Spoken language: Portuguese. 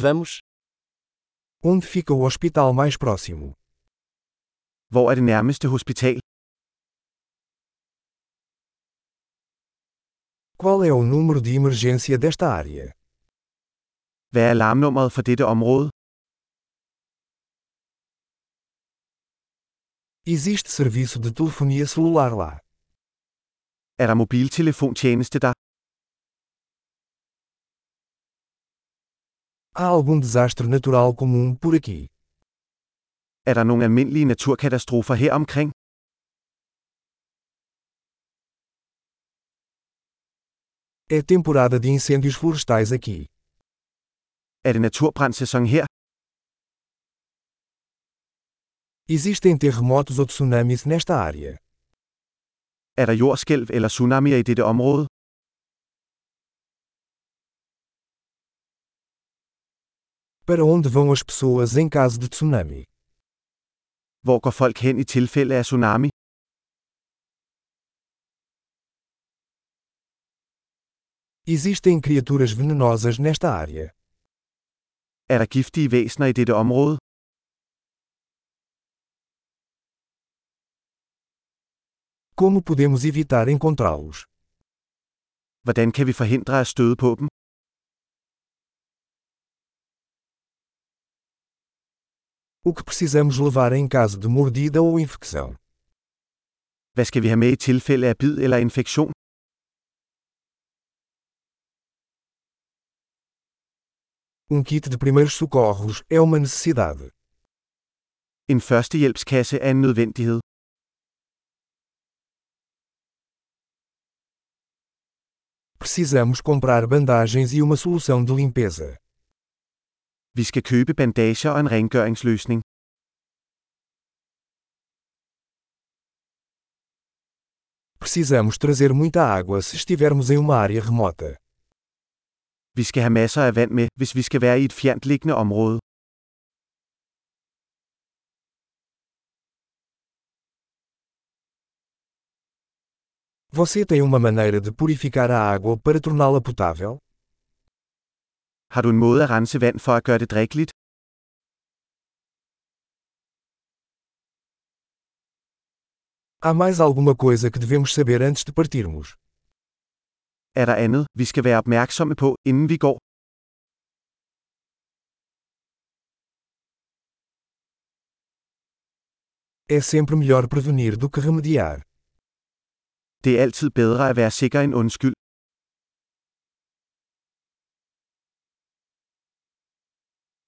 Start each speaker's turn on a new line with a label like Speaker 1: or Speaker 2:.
Speaker 1: Vamos.
Speaker 2: Onde fica o hospital mais próximo?
Speaker 3: Hvor er det nærmeste hospital?
Speaker 2: Qual é o número de emergência desta área?
Speaker 3: Hvad er alarmnummeret for dette område?
Speaker 2: Existe serviço de telefonia celular lá.
Speaker 3: Er der mobiltelefontjeneste der?
Speaker 2: Há algum desastre natural comum por aqui?
Speaker 3: Er der nogle almindelige naturkatastrofer her omkring?
Speaker 2: É temporada de incêndios florestais aqui.
Speaker 3: Er det naturbrandsæson her?
Speaker 2: Existem terremotos ou tsunamis nesta área.
Speaker 3: Er der jordskælv eller tsunamier i dette område?
Speaker 2: Para onde vão as pessoas em caso de tsunami?
Speaker 3: Hvor går folk hen i tilfælde af tsunami?
Speaker 2: Existem criaturas venenosas nesta área.
Speaker 3: Er der giftige væsener i dette område?
Speaker 2: Como podemos evitar encontrá-los?
Speaker 3: Hvordan kan vi forhindre at støde på dem?
Speaker 2: O que precisamos levar em caso de mordida ou infecção?
Speaker 3: Hvad skal vi have med i tilfælde af bid eller infektion?
Speaker 2: Um kit de primeiros socorros é uma necessidade.
Speaker 3: En førstehjælpskasse er en nødvendighed.
Speaker 2: Precisamos comprar bandagens e uma solução de limpeza.
Speaker 3: Vi skal købe bandager og en rengøringsløsning.
Speaker 2: Precisamos trazer muita água se estivermos em uma área remota.
Speaker 3: Vi skal have masser af vand med, hvis vi skal være i et fjernt liggende område.
Speaker 2: Você tem uma maneira de purificar a água para torná-la potável?
Speaker 3: Har du en måde at rense vand for at gøre det drikkeligt?
Speaker 2: Há mais alguma coisa que devemos saber antes de partirmos?
Speaker 3: Er der andet, vi skal være opmærksomme på, inden vi går?
Speaker 2: É sempre melhor prevenir do que remediar.
Speaker 3: Det er altid bedre at være sikker end undskyld.